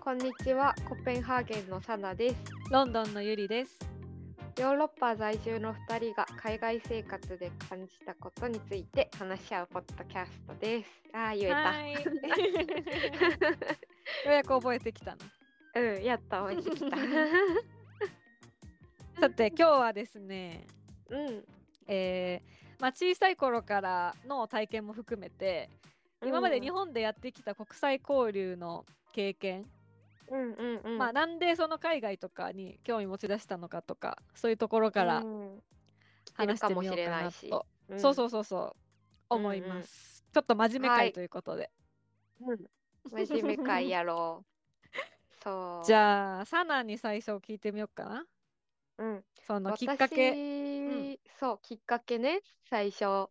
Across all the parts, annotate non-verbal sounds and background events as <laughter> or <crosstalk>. こんにちは、コペンハーゲンのサナです。ロンドンのゆりです。ヨーロッパ在住の2人が海外生活で感じたことについて話し合うポッドキャストです。ああ、言えはた。ーいようやく覚え <laughs> てきたの。うん、やった、覚えてき <laughs> た。さて今日はですね、うん、えーまあ、小さい頃からの体験も含めて今まで日本、本でやってきた国際交流の経験、うんうんうん、まあ、なんでその海外とかに興味持ち出したのかとかそういうところからうん話してみようかいなるかもしれな、と、そうそううそうそううんうん思います、ちょっと真面目は会いということで、うん、 <laughs> 真面目会やろう。そう。じゃゃあサナに最初聞いてみようかなうん、そのき私っかけそう、きっかけね、最初。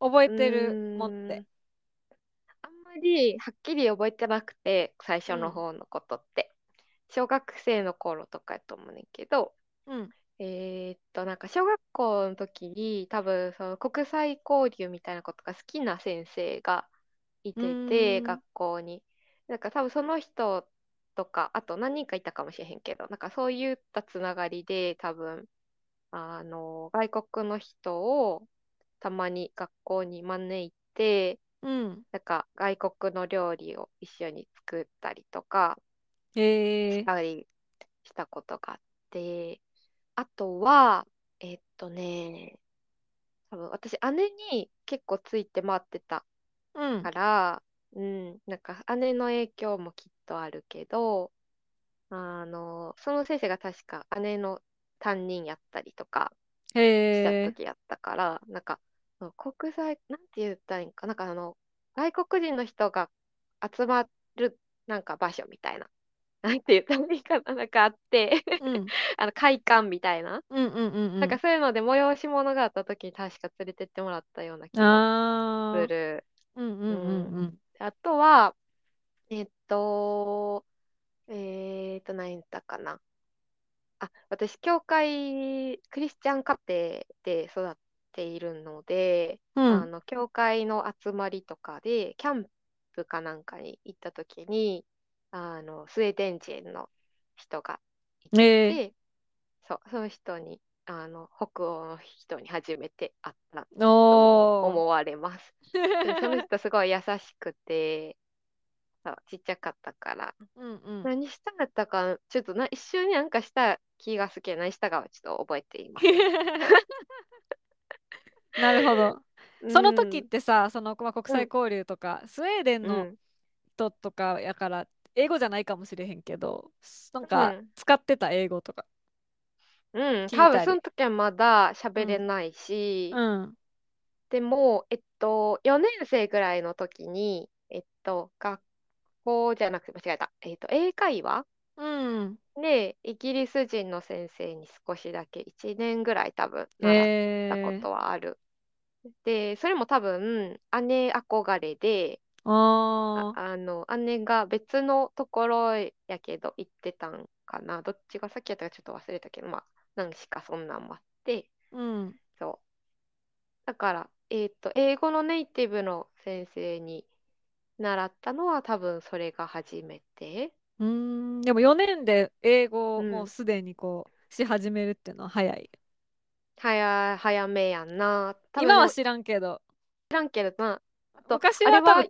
覚えてるもんっうーてんあんまりはっきり覚えてなくて最初の方のことって、小学生の頃とかやと思うねんけどうんえーっとなんか小学校の時に多分その国際交流みたいなことが好きな先生がいてうーてん学校になんか多分その人とかあと何人かいたかもしれへんけどなんかそういったつながりで多分あの外国の人をたまに学校に招いてうんなんか外国の料理を一緒に作ったりとかしえー、たりしたことがあって、あとは、えっとね、多分私、姉に結構ついて回ってたうんから、うん、なんか姉の影響もきっとあるけど、あの、その先生が確か姉の担任やったりとか、したへえ時やったから、なんか、その国際、なんて言ったらいいんか、なんかあの、外国人の人が集まる、なんか場所みたいな、 <laughs> なんて言ったらいいかな、なんかあって、 <laughs> うんあの、会館みたいな、うんうんうんなんかそういうので催し物があった時に確か連れてってもらったような気うんがあすーる。うんうんうんうんあとは、えっと、えっと、何言ったかな。あ、私、教会、クリスチャン家庭で育っているので、うんあの教会の集まりとかでキャンプかなんかに行った時にあのスウェーデン人の人がいて、えそうその人にあの北欧の人に初めて会ったー、お思われ <laughs> ます。でそのー人すごい優しくてそうちっちゃかったからうんうん何したかったかちょっとな一緒になんかした気がするけど何したかはちょっと覚えています。 <laughs> なるほど。その時っうんてさ、その、まあ、国う際ん交流とか、スウェーデンうのん人とかやから、英語じゃないかもしれへんけど、なんうかん使ってた英語とか。うん、多聞いた分りその時はまだう喋んれないし、うん。でも、えっと、4年生ぐらいの時に、えっと、学校じゃなくて、間違えた、えっと、英会話うん。で、イギリス人の先生に少しだけ1年ぐらい多分習っえたことはある。で、それも多分、姉憧れで、ー、ああ、ーあの、姉が別のところやけど行ってたんかな。どっちが先やったかちょっと忘れたけど、まあ、何しかそんなんもあって、うん。そう。だから、えっと、英語のネイティブの先生に習ったのは多分それが初めて。うーん。でも4年で英語をうんもうすでにこう、し始めるっていうのは早い。早、早めやんな。多分今はでも知知らんけど、らんけどな。あと、昔あれは多は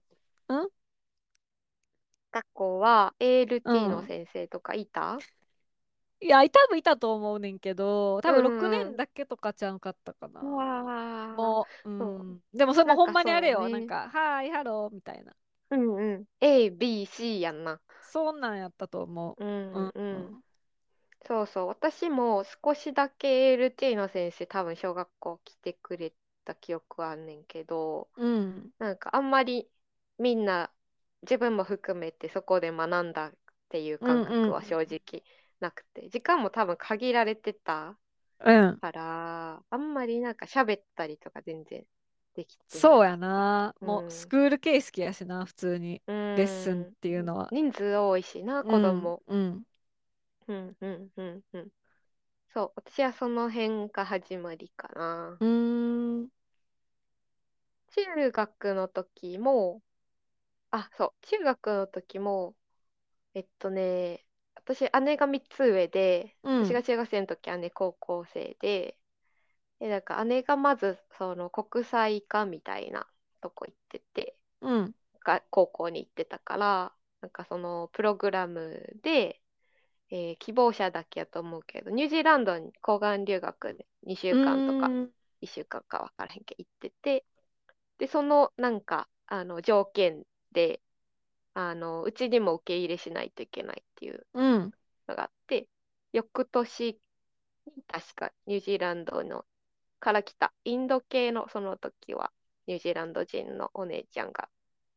分、うん学校は ALT うのん先生とかいたいや、多分いたと思うねんけど、多分うんうん6年だけとかちゃうかったかな。うわーもう、そううん。でもそなれもんかほんまにあれよ。そうねなんか、はーい、ハローみたいな。うんうん。A、B、C やんな。そんなんやったと思うう。うんんう。うんん。そうそう。私も少しだけ ALT の先生多分小学校来てくれた記憶はあんねんけど、うん。なんかあんまりみんな自分も含めてそこで学んだっていう感うんうん覚は正直なくて、時間も多分限られてたうん。から、あんまりなんか喋ったりとか全然できてそうない。やな。うんもう、スクール形式やしな、普通に。うレッスンっん。ていうのは。人数多いしな、う子ん。供。うん。うんうんうんうん。そう、私はその辺が始まりかな。うーん。中学の時も、あ、そう、中学の時も、えっとね、私、姉が3つ上で、うん私が中学生の時、姉高校生で、で、なんか姉がまず、その国際科みたいなとこ行ってて、うん。が高校に行ってたから、なんかそのプログラムで、えー希望者だけやと思うけど、ニュージーランドに交換留学で2週間とか、1週間か分からへんけど行ってて、で、そのなんか、あの条件で、あの、うちにも受け入れしないといけないっていううん。うん。のがあって、翌年に確かニュージーランドのから来たインド系のその時はニュージーランド人のお姉ちゃんが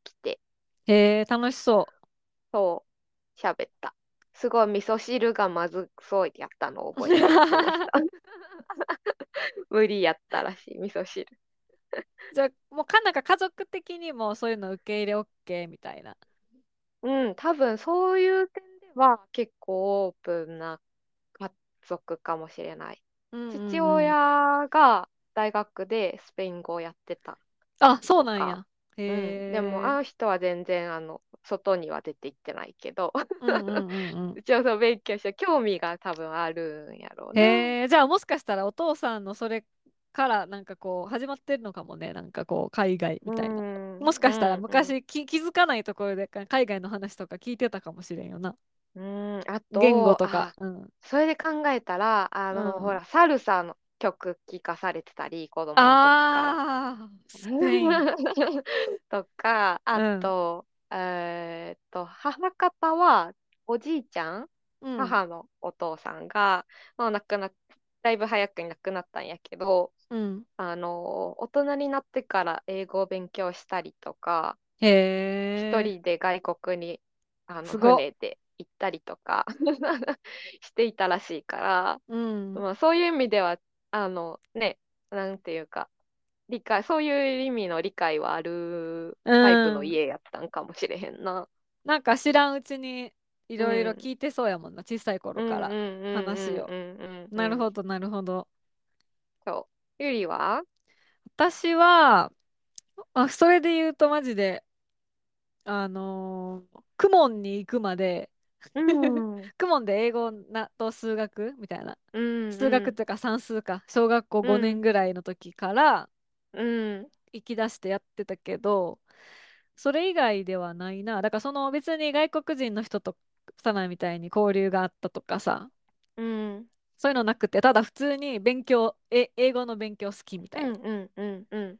来て、へえ、楽しそそう、喋った。すごい味噌汁がまずそうやったのを <laughs> 覚えてま <laughs> した。無理やったらしい、味噌汁。う。じゃあ、もうかなんか家族的にもそういうの受け入れ OK みたいな。うん、多分そういう点では結構オープンな家族かもしれない。うんうんうん父親が大学でスペイン語をやってた。あ、そうなんとかや。うんへえ。でもあの人は全然あの外には出て行ってないけど、 <laughs> うんうんうんうんうちはそう勉強して興味が多分あるんやろうね。へえ、じゃあもしかしたらお父さんのそれからなんかこう始まってるのかもね。なんかこう海外みたいな。うんもしかしたらうん昔き気づかないところでか海外の話とか聞いてたかもしれんよな。うん、うんあ言語と、とあか。うん。それで考えたら、あの、うんほら、サルサの曲聞かされてたり、子供の時から。ああ、スペイン。 <laughs> とか、うあんと、えーっと、母方は、おじいちゃん、うん母のお父さんが、まあ、亡くなっ、だいぶ早くに亡くなったんやけど、うん。あの、大人になってから英語を勉強したりとか、へ一え。人で外国に、あの、すごっ船で行ったりとか <laughs> していたらしいから、うん。まあ、そういう意味では、あのね、なんていうか、理解、そういう意味の理解はあるタイプのうん家やったんかもしれへんな。なんか知らんうちにいろいろうん聞いてそうやもんな、小さい頃から。話をなるど。ほど、なるほど。そう。ゆりは私は、あ、それで言うとマジで、あのー、クモンに行くまで、うん。うんクモンで英語なと数学みたいな、うん。数学っていうか算数か、小学校5う年んぐらいの時からうん。行き出してやってたけど、それ以外ではないな。だからその別に外国人の人とさないみたいに交流があったとかさ、うん。そういうのなくて、ただ普通に勉強、え、英語の勉強好きみたいうんな。うんうんうん。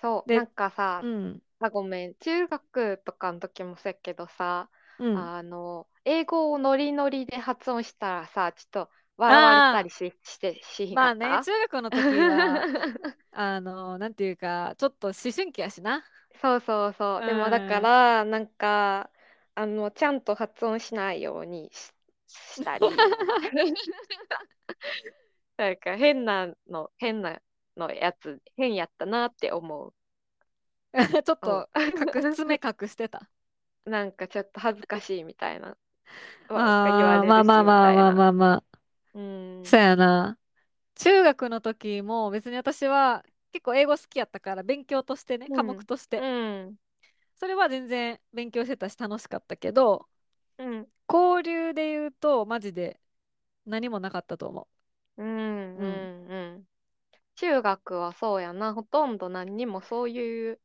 そう、でなんかさう、ん。あ、ごめん、中学とかの時もそうやけどさ、うん。あの、英語をノリノリで発音したらさ、ちょっと笑われたりし、して、しひんまかあっね、た中学の時は、あの、なんていうか、ちょっと思春期やしな。 <laughs> そうそうそう。でもだから、なんか、あの、ちゃんと発音しないようにし、したり。 <laughs> なんか変なの、変なのやつ、変やったなって思う。ちょっと、うん隠、爪隠してた。なんかちょっと恥ずかしいみたいな。わ言われあーる <laughs> まあまあしまあまみあまあまあ。たいな。うん。そうやな。中学の時も別に私は結構英語好きやったから、勉強としてね、うん科目として。うん。それは全然勉強してたし楽しかったけど、うん。交流で言うと、マジで何もなかったと思うんううんんうん。中学はそうやな、ほとんど何にもそういう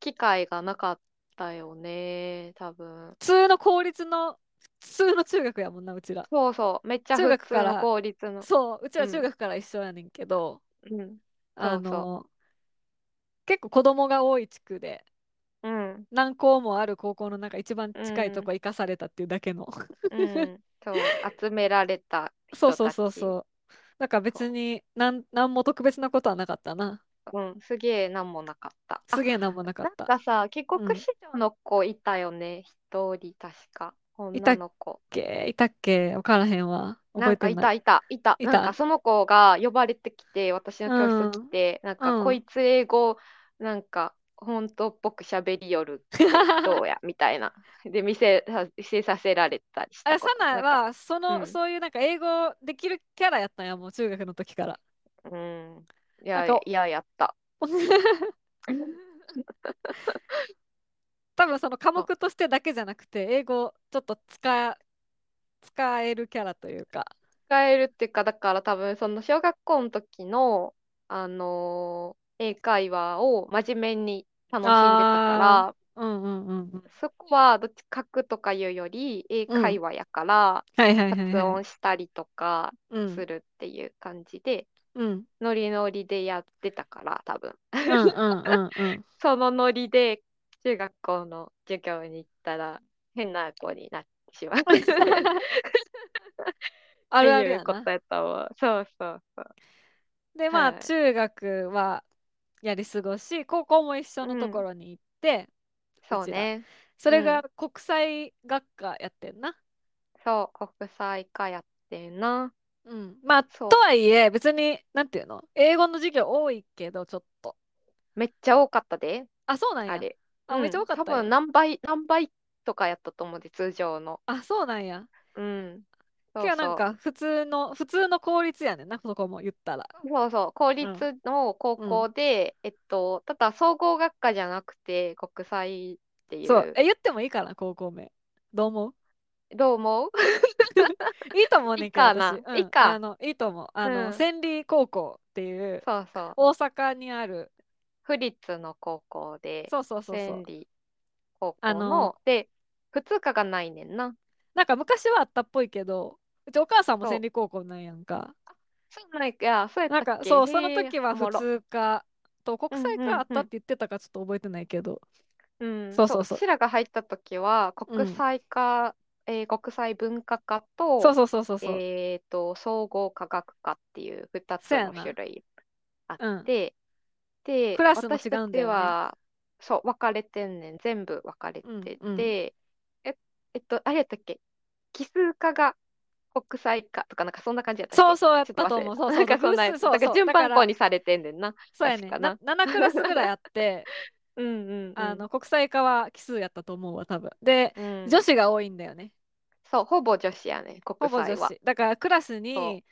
機会がなかったよね、多分。う。普通の公立の、普通の中学やもんな、うちら。そうそう、めっちゃ中普学通からの公立の。そう、うちらうん中学から一緒やねんけど、うん。あそうそうの、結構子供が多い地区で、うん。何校もある高校の中一番近いとこ行かされたっていうだけの。うん。そう、集められたそう人そうたそうち。そう。なんか別になん、なんも特別なことはなかったな。うん、すげえ、なんもなかった。あすげえなんもなかなっんた。かさ、帰うん国子女の子いたよね、一人確か。いた女の子。けいたっけわからへんわ。な覚えんかていなたい。いたいた。いたなんかその子が呼ばれてきて、私の教室来て、なんうかんこいつ英語、なんか本当っぽく喋りよ <laughs> るけどうや、みたいな。で、見せさ、見せさせられたりしあ、たサこと。ナなんかは、その、うんそういうなんか英語できるキャラやったんや、もう中学の時から。うん。いや、なんかいや、やった。多分その科そう目としてだけじゃなくて、英語ちょっと使え、使えるキャラというか。使えるっていうか、だから多分その小学校の時の、あのー英会話を真面目に楽しんでたあかあ、うんうんうんうん。ら、そこはどっち書くとかいうより英う会ん。話やからはいはいはい発はい。音したりとかうすん。るっていう感じで、うん。 <laughs> ノリノリでやってたから、多分。うんうんうんうん。そのノリで中学校の授業に行ったら変な子になってしまうっ <laughs> あるてあるいうやこな。とやと思う。そうそうそう。で、まあ、はい。中学はやり過ごし、高校も一緒うのとこん。ろに行って、うそうちら。ね。そうれがん。国際学科やってんな。そう、国際科やってんな。うん。まあ、とそはいえ、別に、なんていうの英語の授業多いけど、ちょっと。う。めっちゃ多かったで、あ、そうなんあや。れ。あ、うめっちゃん。多かっ多たん分や。何倍、何倍とかやったと思うで、通常の。あ、そうなんや。うん。そけうどなんそか、普通の、普通の公立やねんな、そこも言ったら。う。そうそう。公うん。立の高うん。校で、えっと、ただ総合学科じゃなくて、国際ってそう。いう。え、言ってもいいかな、高校名。どう思 <laughs> うどう思 <laughs> ういいと思ういねんいけど、か私。な。ういいん。あか。の、いいと思う。あうの、ん。千里高校っていう、そうそう。大阪にある、府立の高校で、そうそうそうそう。千里高あ校の、の、で、普通科がないねんな。なんか昔はあったっぽいけど、うちお母さんも千そう。里高校なんやんか。そうなんや、そうやっなんたっか、けそう、そのへえ、時はお普もろ。通科と国うん際う科あんっうたっん。て言ってたかちょっと覚えてないけど。うん、そうそう、そううそう。ちらが入った時は、う国ん。際科、えー国際文化科そうと、そうそうそうそう。えっと、総合科学科っていう2そつやの種な。類あっうん。て、クで、ラスも私違たうんだちよね。は、そう、分かれてんねん。全部分かれうんてうん。て、え、えっと、あれやったっけ奇数科が国際科とか、なんかそんな感じやったっそうけそうやっちょったとと忘れ思う。た。そうなそうんそう。かそんなんやつ。だ偶数、そうからそう。順だか番校ら、にされてんねんな。そうや確ね。かな、な。 7クラスぐらいあって、うん <laughs> うんうあん。の、国際科は奇数やったと思うわ、多分。で、う女ん。子が多いんだよね。そう、ほぼ女子やね、ほ国ぼ女際は。子。だからクラスそに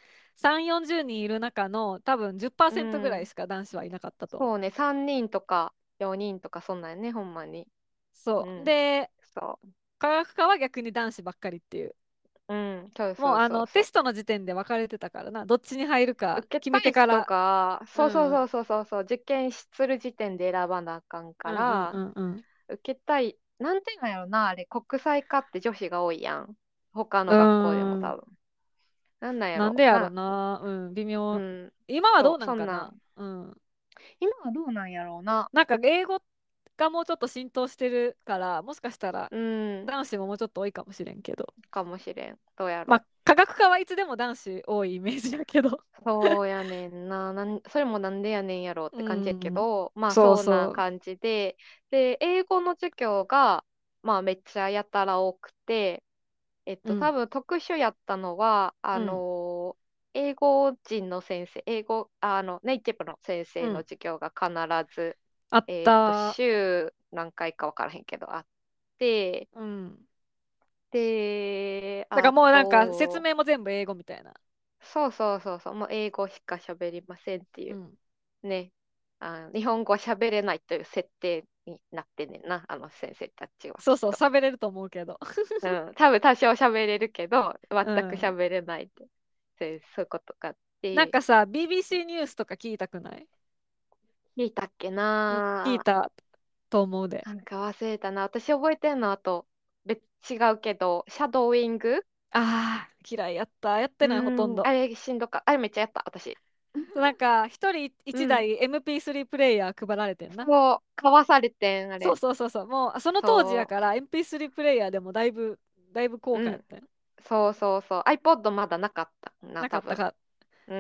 3、40人いる中の多分う。 10%ぐうらいん。しか男子はいなかったと思。そううね、3人とか4人とかそんなんやね、ほんまに。うそう。ん。で、そ科学科は逆に男子ばっかりっていう。う。うん。そうもうそうあそうの、テそストの時点で分かれてたからな。どっちに入るう。か受け決ためていか人ら。が、う。そうそうんうそうそんうそうそう、受験する時点で選ばなあかんうかんうんら、うん。受けたい、なんていうのやろな、あれ、国際科って女子が多いやん。他うの学校でもーん。多分。なんなんやなんろでやな。ろな。うん、微う妙。ん。今はどそうう、なんそかんな。な。うん。今はどうなんやろうな。なんか英語がもうちょっと浸透してるから、もしかしたらうん。男子ももうちょっと多いかもしれんけど。かもしれん。どうやまろあ、科学科はいつでも男子多いイメージだけど。う。そうやねんな。なん、それもなんでやねんやろうっうて感じやけん。ど、まあそうそうなそ感じで、で、英語の授業が、まあめっちゃやたら多くて、えっう。うと、多ん。分特殊やったのは、あうん。のー英語人の先生、英語、あの、ネイティブの先う生のん。授業が必ず、あっえっと、た。週何回か分からへんけど、あって、うん。で、だからあもうなんか説と、明も全部英語みたいな。そうそうそうそう、もう英語しか喋りませんっていうう、ん。ね、あ、日本語は喋れないという設定になってんねんな、あの先生たちはそうきっそう、と。喋れると思うけど。 <laughs> うん、多分多少喋れるけど、全うくん。喋れないって、そうそういうことがあっなんて、かさ、BBC ニュースとか聞いたくない聞いたっけうん聞いな、たと思うで。なんか忘れたな、私覚えてんの、あと、別、違うけど、シャドーイングああ、嫌いやった。やってうない、ほとんん、あど。れしんどか、あれめっちゃやった、私。なんか、一人う一ん、台 MP3 プレイヤー配られてんな。そう、かわされてん、あそうれ。そうそうそう。もう、その当時やそから MP3 プレイヤーでもだいぶ、だいぶ高う、う価やっん。たん。そうそうそう。iPod まだなかったな、なか多分。ったか。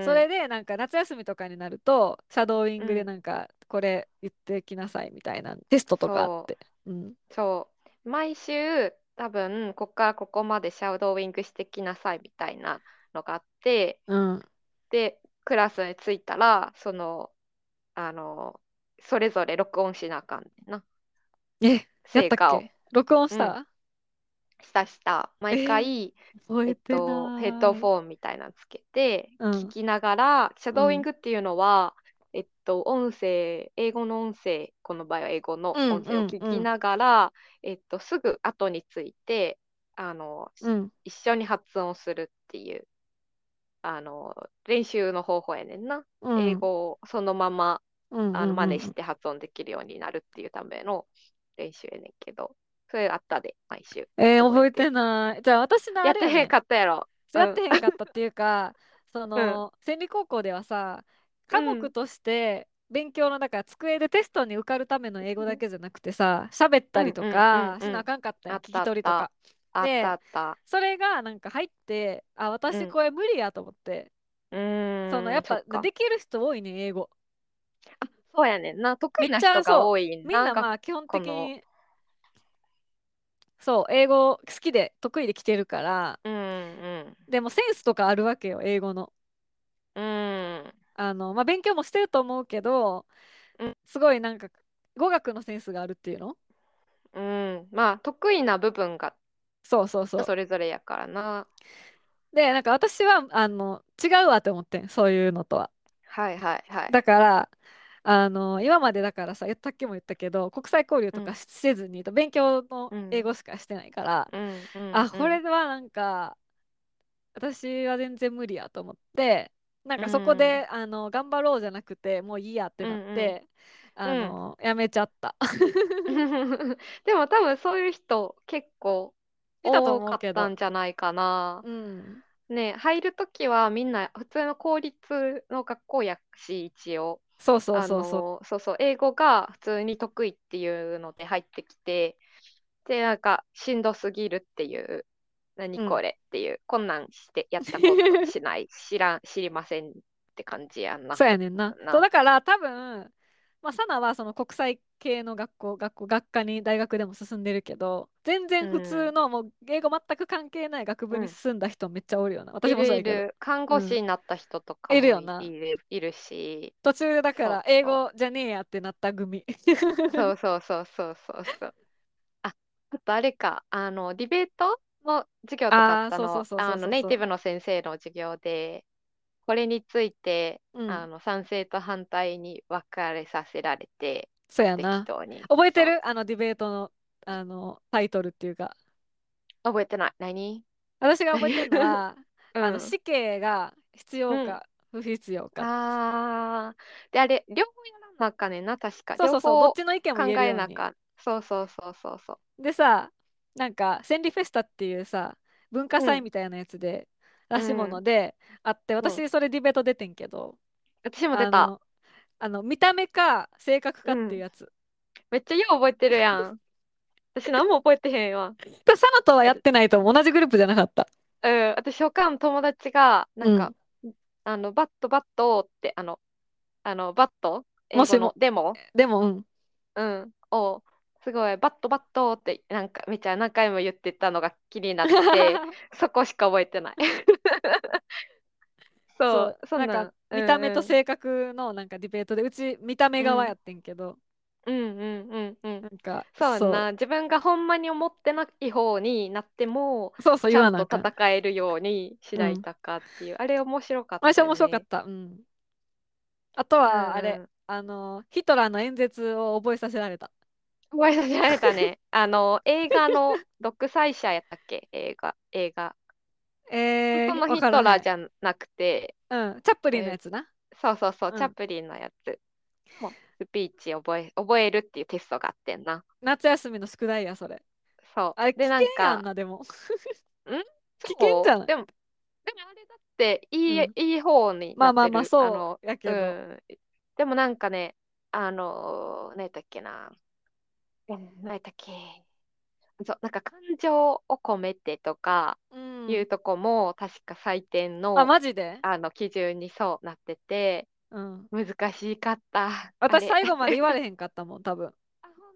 うそれん。で、なんか夏休みとかになると、シャドーインうグでん。なんか、これ言ってきなさいみたいな、テストとかあっそて。うん。う。そう。毎週、多分、こっからここまでシャドーイングしてきなさいみたいなのがあって、うん。で、クラスに着いたら、その、あの、それぞれ録音しなあかんねんな。え、やっ成たっ果を。け録音しうん。たしたした。え毎ー、回、覚ええってと、ヘッドない。フォンみたいなのつけて、う聞ん、きながら、シャうドーインん。グっていうのは、えっと、音声、英語の音声、この場合は英語のうん音声を聞うんうきんながら、えっと、すぐ後について、あの、うん一緒に発音するっていう、あの、練習の方法やねんな。うん英語をそのまま、うんあうんうの、ん真似して発音できるようになるっていうための練習やねんけど、それあったで、毎週。えー覚えてないじゃあ私のやあっれてやへねんかったやろ。うんやってへんかったっていうかその千里高校ではさ科目として勉強のだから机でテストに受かるための英語だけじゃなくてさ喋ったりとうんうんうんうかんしなあかんかったやんあっ聞たき取りとかあっでたあった。それがなんか入ってあう私んこれ無理やと思って、うーん、そのやっぱそかできる人多いね英語そうやねんな。得意なめ人っちゃがそ多いみんなまあ基本的にそう英語好きで得意できてるからうんうん。でもセンスとかあるわけよ英語の。うん。あの、まあ、勉強もしてると思うけど、うんすごいなんか語学のセンスがあるっていうのうん。まあ、得意な部分がそうそうそう。それぞれやからな。で、なんか私はあの違うわって思ってん、そういうのとは。はいはいはい。だから、あの今までだからさ、言ったっけも言ったけど、国際交流とかしせずに、勉強の英語しかしてないから、うんうんあ、これはなんか、私は全然無理やと思って、なんかそこで、あの頑張ろうじゃなくて、もういいやってなって、あのやめちゃった。うん。 <laughs> でも多分そういう人結構いたと多思かうっけどたんじゃないかな。 <laughs> うん。ね、入るときはみんな普通の公立の学校やし、一応。そうそうそうそう。あのそうそう英語が普通に得意っていうので入ってきてでなんかしんどすぎるっていう何これっていう、こんなんしてやったことしない知らん <laughs> 知りませんって感じやんな。そうやねんな。なそうだから多分、まあ、サナはその国際系の学校、学校、学科に大学でも進んでるけど、全然普通の、もう英語全く関係ない学部に進んだ人めっちゃおるよな。私もそうやいるいけど。る看護師になった人とかうもんいるよないるいるし途中でだからそうそう英語じゃねえやってなった組。 <laughs> そうそうそうそうそうそう。ああとあれかあのディベートの授業とかあったあーそうのそうそうそうそうあのネイティブの先生の授業でこれについてうんあの賛成と反対に分かれさせられて、そうや適な。当に。覚えてそうるあのディベートの、あのタイトルっていうか。覚えてない。何、私が覚えてるのは、 <laughs> うん、あの死刑が必要か不必要か。あーで、あれ、両方やらなあかんねんな、確か。そうそうそ両う、どっ方ちの意見も言考ええるよなうあに。かん。そうそうそうそうそう。でさ、なんか、千里フェスタっていうさ、文化祭みたいなやつで、ん出し物であって、ん私、それディベート出てんけど、私も出あた。の、あの見た目か性格かっていうやつ。めっちゃよう覚えてるやん。私何も覚えてへんわ。たサナとはやってないと思う同じグループじゃなかった。うん、私、他の友達が、なんか、うあの、バット、バットって、あの、あの、バットもし英も語のデモでも、うん。うん、をすごいバットバットってなんかめっちゃ何回も言ってたのが気になってそこしか覚えてない <laughs> そうそんなんなんか、 <laughs> 見た目とうん性格のなんかディベートで、うち見た目側やってんけど、うんうんうんうんうんなんか、そうやんな自分がほんまに思ってない方になってもそう、そうそうち言ゃわんなあとかん。戦えるようにしないとかっていう、あれ面白かった私よはね、面白かった。うん。あとは、あれ、うんうんあの、ヒトラーの演説を覚えさせられた。覚えさせられたね <laughs> あの映画の「独裁者」やったっけ映画映画えー、そのわヒかトらなラいーじゃなくてうん、チャップリンのやつな。そうそうそう、うんチャップリンのやつ。もうスピーチ覚え、覚えるっていうテストがあってんな。夏休みの宿題や、それ。そう。あれ、危で、なん険やんか、な、でも。そう危険じゃないでも、でもあれだっていい、うんいい方になってる。まあまあまあ、あのそうやけうど。ん。でもなんかね、あのー、何やったっけな。うん何やったっけ。そう、なんか感情を込めてとかうん。いうとこも、確か採点の、あ、マジであの基準にそうなってて、うん。難しかった。 <laughs> 私、あれ最後まで言われへんかったもん、多分。あ、本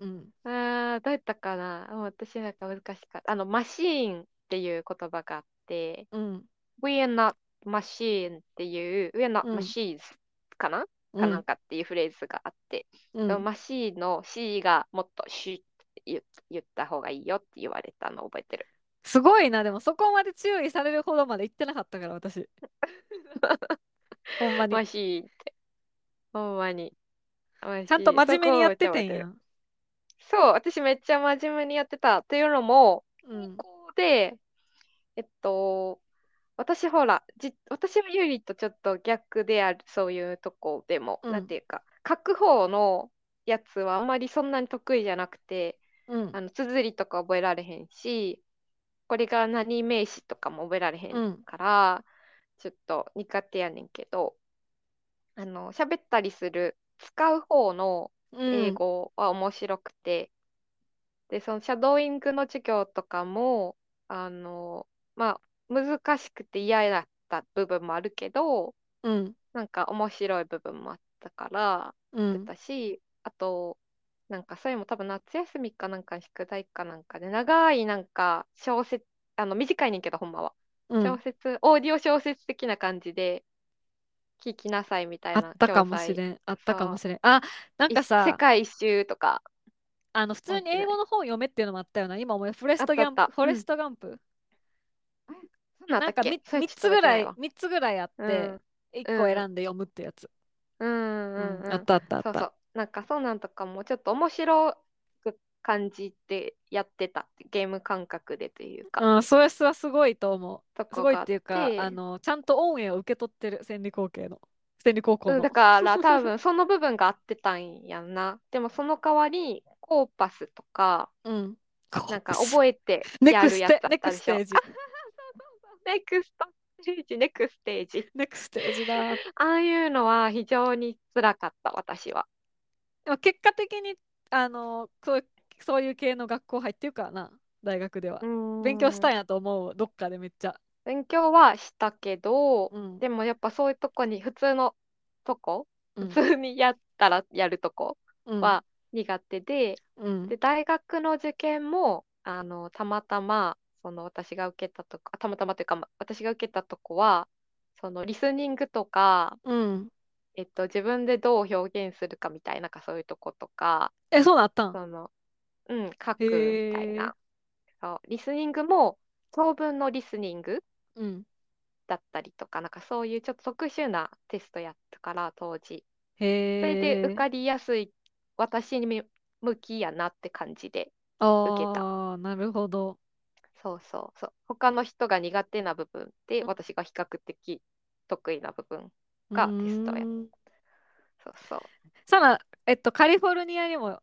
当。うん。ああ、どうやったかな。もう私なんか難しかった。あの、マシーンっていう言葉があって、うん。 We are not machine っていう、We are not うん machines かな、うかなんん。かっていうフレーズがあって、うん。マシーンの C がもっと C って言言った方がいいよって言われたのを覚えてる。すごいな、でも、そこまで <laughs> 注意されるほどまで言ってなかったから、私。ほんまに。マシーンって。ほんまに。マちゃんとジ真そ面目こにをやめっっちてゃて覚えんてやる。ん。そう、私めっちゃ真面目にやってた。というのも、う高ん。校で、えっと、私ほら、じ、私はゆりとちょっと逆である、そういうとこでも、うなんん。ていうか、書く方のやつはあんまりそんなに得意じゃなくて、うん。あの、綴りとか覚えられへんし、これが何名詞とかも覚えられへうんん。から、ちょっと苦手やねんけど、あの、喋ったりする、使う方のう英ん。語は面白くて、で、そのシャドーイングの授業とかも、あの、まあ、難しくて嫌だった部分もあるけど、うん。なんか面白い部分もあったから、う出ん。たし、あと、なんかそれも多分夏休みかなんか宿題かなんかで、長いなんか小説、あの短いねんけど、ほんまは。う小ん。説、オーディオ小説的な感じで聞きなさいみたいあっなた教かもし材。れん。あったかもそしれん。あ、なんう。かい世さ、界一周とかあの、普面通に英白語い。の本読めっていうのもあったよな。今思い、フォレあっストたギあっャンプ、た。フォうレん。ストガンプ。えそんなんあっなたんっかけみそれ3ちょっとつぐ覚えてらないい、わ。 3つぐらいあっうて、ん。 1個うん。選んで読むってやつ。ううんん。うんあうっん。たあったあっそうそた。う。なんかそうなんとかもちょっと面白く感じてやってた。ゲーム感覚でというか、うん、それはすごいと思とう。すこごいっがあっていうか、あて、の、ちゃんと恩恵を受け取ってる、千里高校の。千里高校うん、だの。から多分その部分が合ってたんやんな。でもその代わり、コーパスとか、うん。コなーんパかス。覚えてネやクるスやつテ、だっネクたで <laughs> スしょ。テーあ、ジ。ネクストステージ、ネクステージ。ネクステージだ。ああいうのは非常に辛かった、私は。でも結果的に、あの、そう、そういう系の学校入ってるからな、大学でうは。勉強しーたん。んやと思う、どっかでめっちゃ。勉強はしたけど、うん、でもやっぱそういうとこに普通のとこ、う普ん、通にやったらやるとこうん、は苦手で、うん、で、大学の受験も、あの、たまたま、その私が受けたとこ、あたまたまというか、ま私が受けたとこは、そのリスニングとか、うん。えっと、自分でどう表現するかみたいな、なんかそういうとことか、え、そうなったんその、うん、書くみたいへえ、な。そう、リスニングも、長文のリスニングうん。だったりとか、なんかそういうちょっと特殊なテストやったから、当時。それで受へえ、かりやすい、私に向きやなって感じで受けた。あー、なるほど。そうそうそう。他の人が苦手な部分で、う私が比較的得意な部分うがテストや。ーん。そうそう。さら、えっと、カリフォルニアにも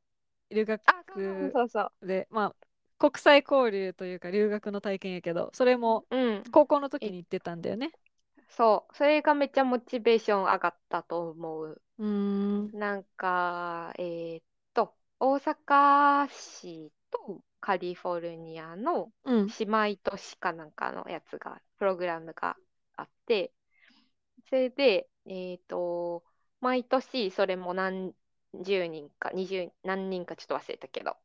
留学あ、そうで、そうそうまあ、国際交流というか留学の体験やけど、それもそう。うん。高校の時いに行ってたんだよね。そう。それがめっちゃモチベーション上がったと思う。うーん。なんか、えーっと、大阪市とカリフォルニアのうん。姉妹都市かなんかのやつが、プログラムがあって、それで、えーっと、毎年それも何十人か、二十何人かちょっと忘れたけど、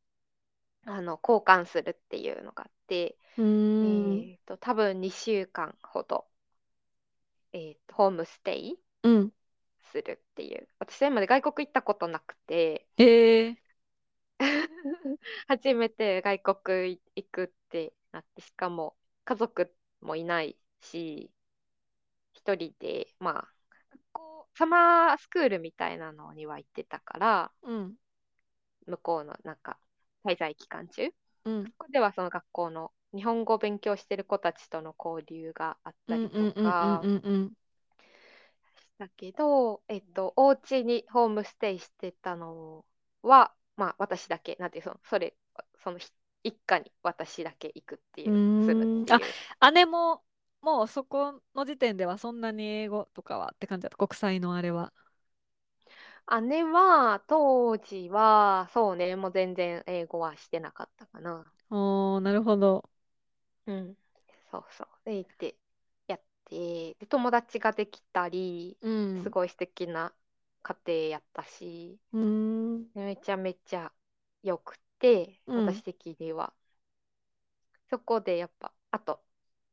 あの、交換するっていうのがあって、うえーん。ーっと、多分2週間ほど、えーっと、ホームステイうん。するっていう。私、それまで外国行ったことなくて、へえ。 <laughs> 初めて外国い行くってなって、しかも家族もいないし、一人で、まあ、こうサマースクールみたいなのには行ってたから、うん。向こうのなんか滞在期間中、うそん。こではその学校の日本語を勉強してる子たちとの交流があっうたんりうとんうんうんかうんうん。したけど、えっと、お家にホームステイしてたのは、まあ、私だけ、なんていう、その、それ、そのひ一家に私だけ行くっていうう、住むっーん。ていう。あ、姉も、もうそこの時点ではそんなに英語とかはって感じだった。国際のあれは。姉は、当時は、そうね、もう全然英語はしてなかったかな。おー、なるほど。うん。そうそう。で、行って、やって、で、友達ができたり、うすん。ごい素敵な家庭やったし、うーん。めちゃめちゃ良くて、うん。私的には。そこでやっぱ、あと、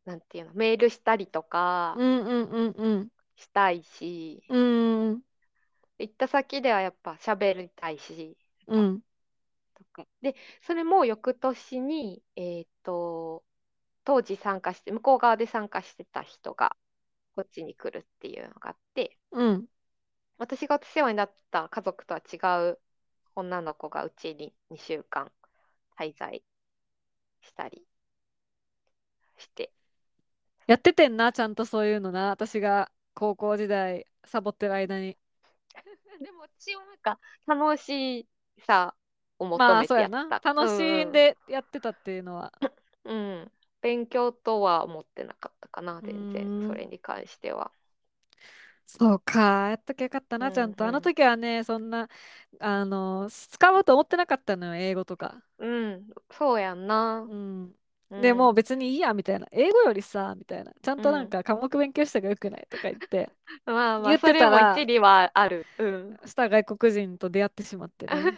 なんていうの、メールしたりとうかんうんうんしたいし、うん。うーん。行った先ではやっぱ喋りたいし、なんうか、ん。とか。で、それも翌年に、えーっと、当時参加して、向こう側で参加してた人が、こっちに来るっていうのがあって、うん。私がお世話になった家族とは違う女の子がうちに2週間滞在したりして。やっててんな、ちゃんとそういうのな。私が高校時代、サボってる間に。でも私はなんか楽しさを求まめあ、てそうややっな。た。楽うんしうんんでやってたっていうのは。うん、勉強とは思ってなかったかな、全うー然、んそれに関しては。そうか、やっときゃよかったうな、んちゃんと。あのうん時はね、そんな、あの、使おうと思ってなかったのよ、英語とか。うん、そうやんな。うん。う、でもうん別にいいや、みたいな。英語よりさ、みたいな。ちゃんうとなんん。か科目勉強した方がよくないとか言って、まあまあ、言っそてれたもら、一理はある。うん。した外国人と出会ってしま <laughs> ってね。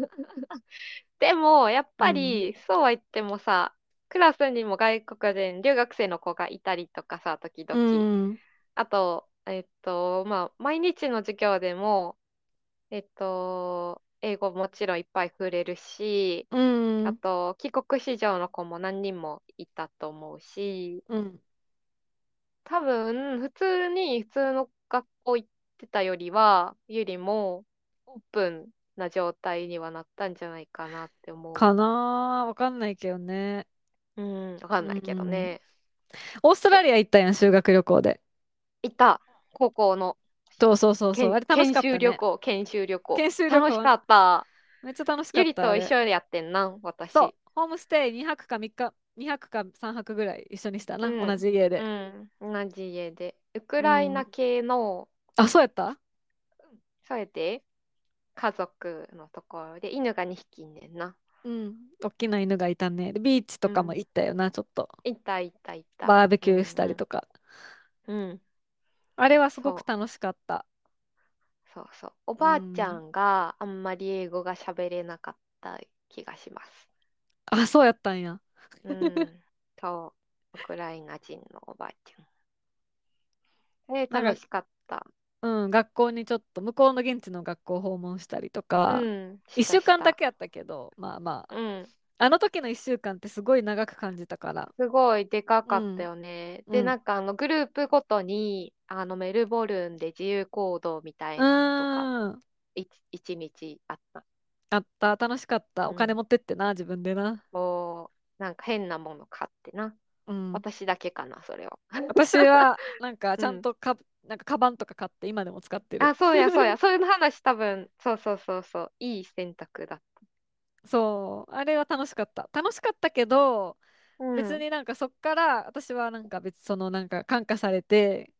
<laughs> でも、やっうぱん。り、そうは言ってもさ、クラスにも外国人、留学生の子がいたりとかさ、時う々。ん。あと、えっと、まあ、毎日の授業でも、えっと、英語もちろんいっぱい触れるし、うん。あと、帰国子女の子も何人もいたと思うし、うん。多分、普通に普通の学校行ってたよりは、よりも、オープンな状態にはなったんじゃないかなって思う。かなーわかんないけどね。うん、わかんうないけどん。ね。オーストラえ、リア行ったやん、修学旅行で。いた、高校の、そうそうそうそう。研、あれ楽し研かっ修た旅ね。行、研修旅行。研修旅楽し行かった。めっちゃ楽しかゆっりた、あと一れ。緒にやってんな、そう、私。ホームステイ2泊か3日、2泊か3泊ぐらい一緒にしたうな、同ん、じ家で。うん、同じ家で。ウうクライナん。系の、あ、そうやったそれで、家族のところで、犬が2匹いんねんな。うん。大きな犬がいたね。でビーチとうかもん。行ったよな、ちょっと。いた、いた、いた。バーベうキューしん、たりうとか。ん、うん。あれはすごくそう、楽しかった。そうそう。おうばあちゃん。んがあんまり英語が喋れなかった気がします。あ、そうやったんや。うん、そう。ウクライナ人のおばあちゃん。えー、なん楽か、しかった。うん、学校にちょっと、向こうの現地の学校訪問したりとうか、ん、し1た週し間だた。けやったけど、まあまあ、うん。あの時の1週間ってすごい長く感じたから。すごいでかうかったん、よね。うで、ん。なんかあのグループごとに、あのメルボルンで自由行動みたういなのとか、ーん。い一日あった。あった、楽しかった。うお金ん。持ってってな、自分でな。こう、なんか変なもの買ってな。うん。私だけかな、それは。私は、なんか、うちゃんん。とか、なんか、カバンとか買って、今でも使ってる。あ、そうや、そうや。そういう話多分、そうそうそうそう。いい選択だ。 <laughs> そう、あれは楽しかった。楽しかったけど、う別ん。になんかそっから私はなんか別そのなんか感化されて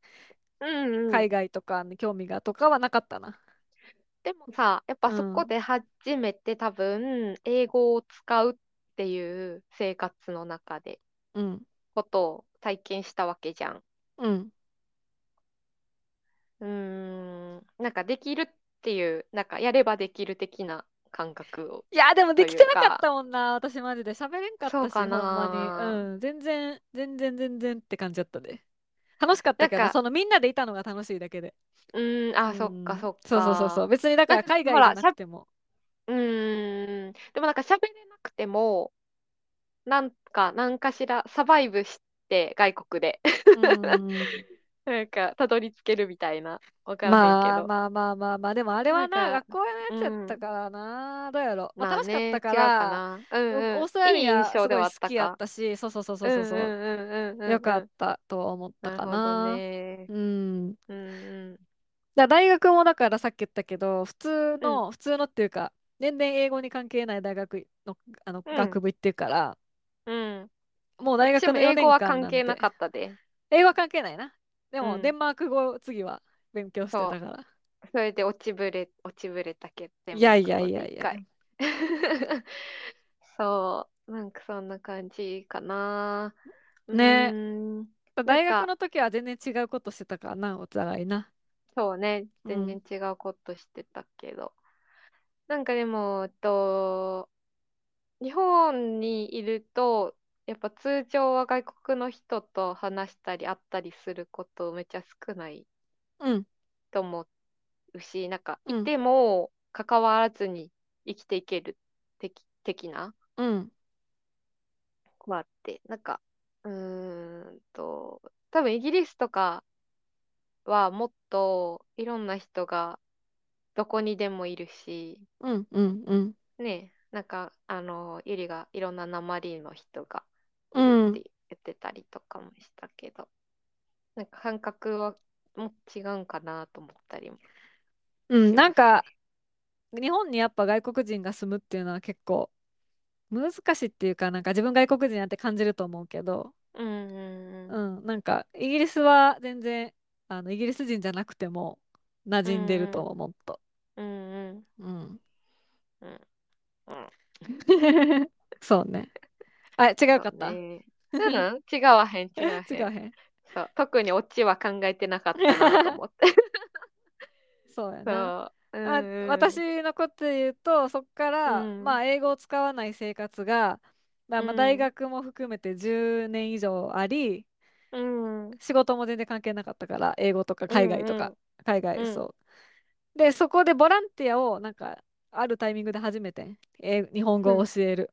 うんう海ん。外とかに興味がとかはなかったな。でもさ、やっぱうそこん。で初めて多分、英語を使うっていう生活の中で、うん。ことを体験したわけじゃん。うん。うーん、なんかできるっていう、なんかやればできる的な感覚をいや、でもでときいてうなかっか、たもんな。私マジで喋れんかっそうたかし、ほんまに。な。うん。全然、全然、全然って感じだったで。楽しかったなんけどな。か、そのみんなでいたのが楽しいだけで。うーん、うあ、そっかん。そっそうそうそうそう。か。別にだかなんらか海ほ外じゃら、なしくゃ、ても。うーん、でもなんか喋れなくても、なんか、なんかしらサバイブして、外国で。うん。 <laughs> なんか、たどり着けるみたいな。わかんへんけまあど。まあまあまあまあ。でもあれなはんな、か、学校のやうつやったん。からな。どうやろう。まあまあ楽しかったね、か、違うからな。ううんんオーうストラん。リいい印ア象すでごいはあ好ったきやっか。たし、そうそうそうそううんそううそんうんう。うよんうかんうっん。たとは思ったなるかほどな。ね。うん。うんうだ大学もだからさっき言ったけど普通ん。うんの普通のっていうか全然英語に関係ない大学の、あのう学ん部行ってるからうんもう大私学もの英4語は年間関なん係なてかったで。英語は関係ないなでうもデん。ンマーク語を次は勉強してそたからう。それで落ちぶれ、落ちぶれたけど、デいンマやーいクや語いでや一いや回。 <laughs> そう。なんかそんな感じかな。うーねん。なん大学か、の時は全然違うことしてたからなお互いなそうね。う全ん然違うことしてたけど。なんかでも、えっと、日本にいると、やっぱ通常は外国の人と話したり会ったりすることめっちゃ少ないうんと思うし、なんかういんても関わらずに生きていける的、的なうんのあって、なんか、うーんと、多分イギリスとかはもっといろんな人がどこにでもいるし、うんうんうんねえ、なんか、あの、ゆりがいろんな鉛の人がういるっんて言ってたりとかもしたけど、なんか感覚はもう違うんかなと思ったりもうんしなまんすか日本にやっぱ外国人が住むっていうのは結構難しいっていうかなんか自分外国人やって感じると思うけどね。うんうんうんなんかイギリスは全然あのイギリス人じゃなくても馴うん。う染んでるんと思うもっとうんうんうんうんうんうん。そう <laughs> ねあ違うそかうったね。うん、違うわへん、違う <laughs> 違へん。うへんそう、特にオチは考えてなかったなと思って。そうやなそう、うあんうん私のことで言うとそっかうらまん。あ英語を使わない生活が、まあ、うまあ大ん。学も含めて10年以上ありうん。仕事も全然関係なかったから英語とかう海外とんうかん。海う外ん。そうでそこでボランティアをなんかあるタイミングで初めて英日本う語をん。教える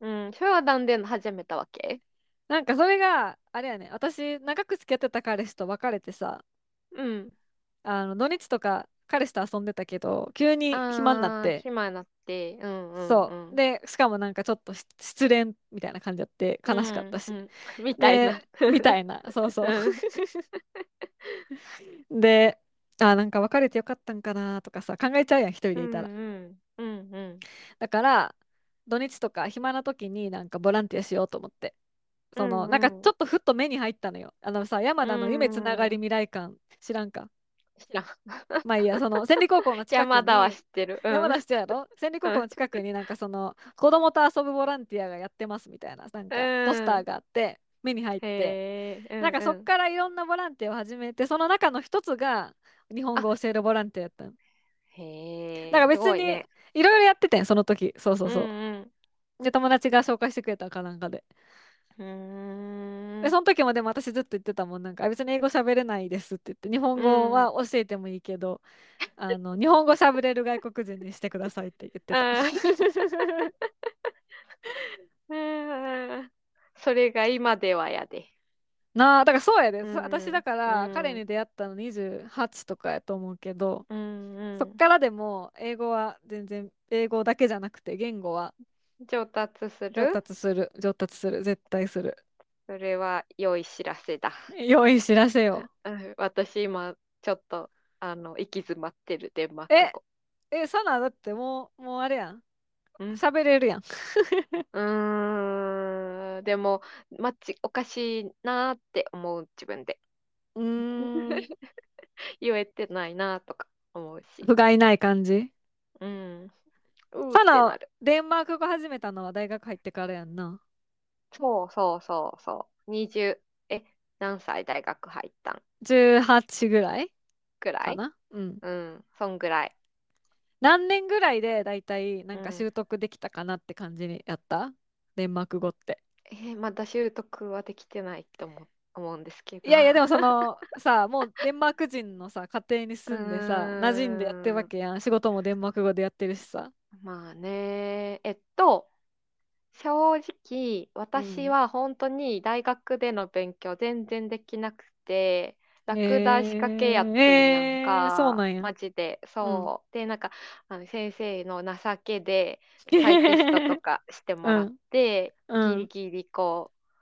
うん。それはなんで始めたわけなんかそれがあれやね私長く付き合ってた彼氏と別れてさうん。あの土日とか彼氏と遊んでたけど急に暇になっああ、て暇になって、うんうん。そううんでしかもなんかちょっとし失恋みたいな感じやってう悲しかったんうしん。みたいな。で <laughs> みたいなそうそう <laughs> うん。であなんか別れてよかったんかなとかさ考えちゃうやん一人うでいたらんうん。うんうん。だから土日とか暇な時になんかボランティアしようと思ってうそのなんかんちうょん。っとふっと目に入ったのよあのさ山う田の夢つながりん。未来館知らんか知らん。まあいいや <laughs> その千里高校の近く山田はに知ってる。山うん。田市長やろ千里う高校ん。の近くになんかその子供と遊ぶボランティアがやってますみたいななんうかポスターん。があって目に入ってへえ、うなんんかうそっん。からいろんなボランティアを始めてその中の一つが日本あ、語を教えるボランティアやったのだへかえ、らす別ごいにね。いろいろやっててんその時そうそううそんうで友達が紹介してくれたかなんかでうん。うで、ーそん。の時もでも私ずっと言ってたもん、なんか、あ別に英語喋れないですって言って、日本う語ん。は教えてもいいけど、あの、日本語喋れる外国人にしてくださいって言ってた。あーうーん <laughs> それが今ではやで。なあ、だからそうやで、うそ私ん。だかうら彼ん。に出会ったの28とかやと思うけど、うん。そっうからでも英語は全然、英語だけじゃなくて言語はん。上達す上る達する、上達する、絶対する。それは良い知らせだ。良い知らせよ。うん私今、ちょっと、あの、行き詰まってる、デンマークえ、語。え、サナだってもう、もうあれやん。うん。喋れるやん。うーん。でも、マッチおかしいなーって思う、自分で。うー <laughs> ん。言えてないなとか思うし。不甲斐ない感じうん。うーっサてナ、なる。デンマーク語始めたのは大学入ってからやんな。そうそうそうそう。20、え、何歳大学入ったん18ぐらいぐらかいなうん。うん、そんぐらい。何年ぐらいでだいたいうなんかん。習得できたかなって感じにやったデンマーク語って。えーまだ習得はできてないと思う、思うんですけいど。やいやでもその <laughs> さもうデンマーク人のさ家庭にう住んでさ馴染んでやってるわーん。けやん仕事もデンマーク語でやってるしさまあね。えっと、正直、う私んは本当に大学での勉強全然できなくて、へラクダ仕掛けやってんやんえー、そうか、なんやマジで。うんそう。で、なんか、あの先生の情けで、タイピストとかしてもうらっんて、 <laughs> うギリんギリこう、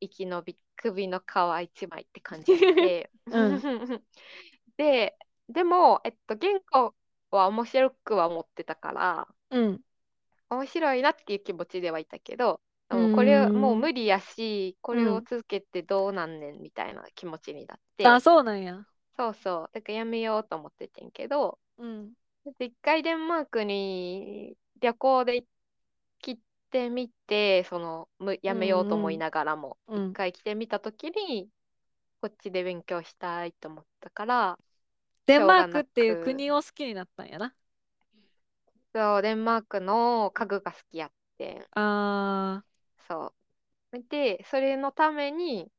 生き延び、首の皮一枚って感じやって。 <laughs> うん <laughs> で、でも、えっと、言語は面白くは思ってたから、うん面白いなっていう気持ちではいたけど、でうもこれもうーん無理やし、こうれをん続けてどうなんねんみたいな気持ちになっあて、そうなんやそうそう、だからやめようと思っててんけど、うんだって一回デンマークに旅行で来てみて、その、むうやめようとん思ういんながらも、う一ん回来てみたときに、こっちで勉強したいと思ったから、デしンょうマーがクっなていうく、国を好きになったんやな。そう、デンマークの家具が好きやってん、あそう。で、それのために、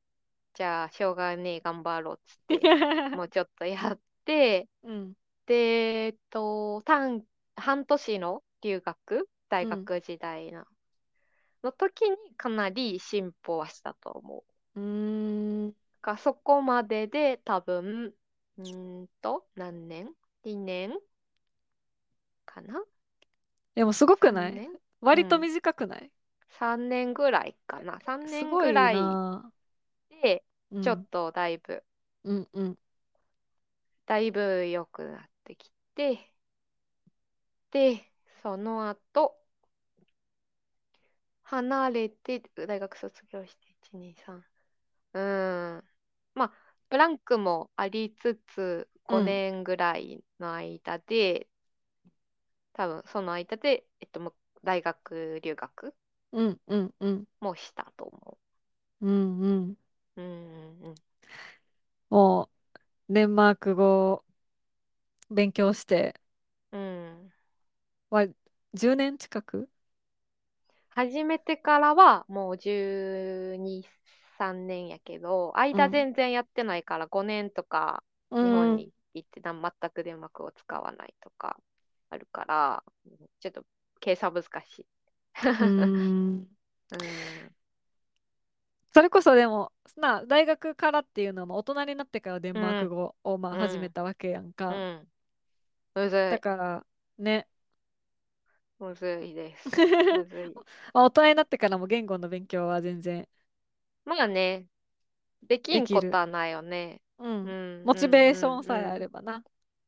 じゃあ、しょうがねえ、頑張ろうっつって、 <laughs> ー <laughs> もうちょっとやって、うん、で、えっと、短、半年の留学、大うん、学時代の、の時にかなり進歩はしたと思う。うーん、だからそこまでで多分うーんと、何年 ?2 年かなでもすごく ?3 ない年割とうん短くない ?3 年ぐらいかな ?3 す年ごぐいらいな。で、うちょっん。とだいぶ、うんうん。だいぶ良くなってきて、で、その後、離れて、大学卒業して、1、2、3。うーん。まあ、ブランクもありつつ、うん。 5年ぐらいの間で、多分その間で、えっと、む大学留学うんうんうん。もしたと思うんうん。う。うんうんうん。もう、デンマーク語を勉強して、うん。わ、10年近く始めてからはもう12、3年やけど、う間ん。全然やってないから5年とかう日本ん。に行ってな全くデンマークを使わないとかあるから、ちょっと計算難しい。うーん。うん。それこそでも、な、大学からっていうのはまあ大人になってからデンうマークん。語をまあう始めん。たわけやんうか。ん。むだずから、ね。い。むずい <laughs> です。むずい。まあ大人になってからも言語の勉強は全然まあね、できでんきことる。はないよね。う。うんんモうチんベーションうんさえうあん。ればな。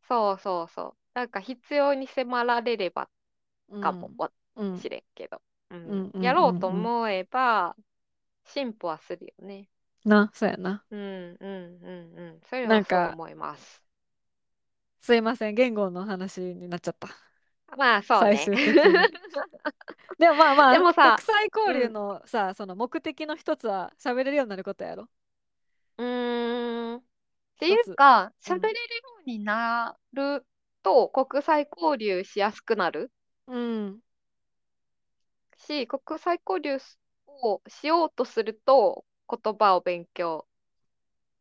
そうそうそう。なんか必要に迫られればうかもん。わうん。しれんけど。う。うんんうやんろううんとうん。思えば進歩はするよね。な、そうやな。うんうんうんうん。それなはんそうか、思います。すいません。言語の話になっちゃった。まあそう最ね。終的に。でもまあまであ、も国さ、際交う流ん。のさ、その目的の一つは喋れるようになることやろ。 <laughs> うーん。ってい一うつ。か、う喋れん。るようになると国際交流しやすくなるうん。し、国際交流をしようとすると言葉を勉強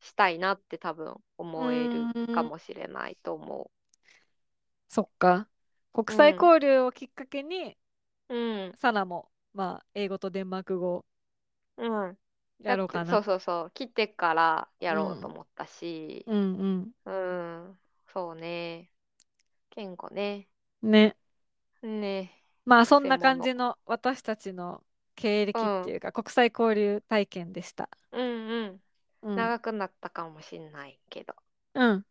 したいなって多分う思えるかーん。もしれないと思そっか。国う。う際ん。交流をきっかけに、うん。サナも、まあ、英語とデンマーク語をうん。やだっろうて、かそうな。そうそう。来てからやうろうとん。思ったし。うんうん。うん。そうね。言語ね。ね。ねえ。まあ、くそんせな感者。じの私たちの経う歴ってん。いうか、国際交流体験でした。うんうん。うん。長くなったかもしれないけど。うん。な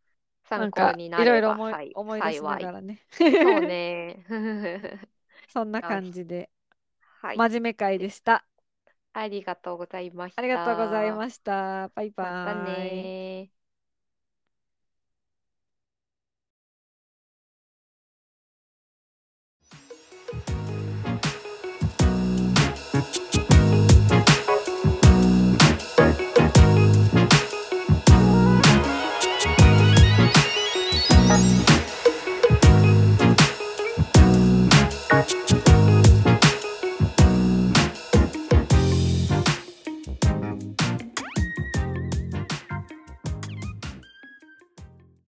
参ん考か、にいなろいれろば思い、さい思い出しな幸がい。らね。 <laughs> そうね。 <laughs> そんなよ感し。じで、はい。真面目会でした。ありがとうございましありがとうございた。ました。バイまたバーイ。ね